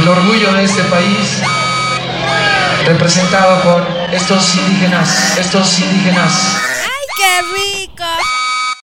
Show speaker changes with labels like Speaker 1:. Speaker 1: el orgullo de este país representado por estos indígenas, estos indígenas.
Speaker 2: ¡Ay, qué rico!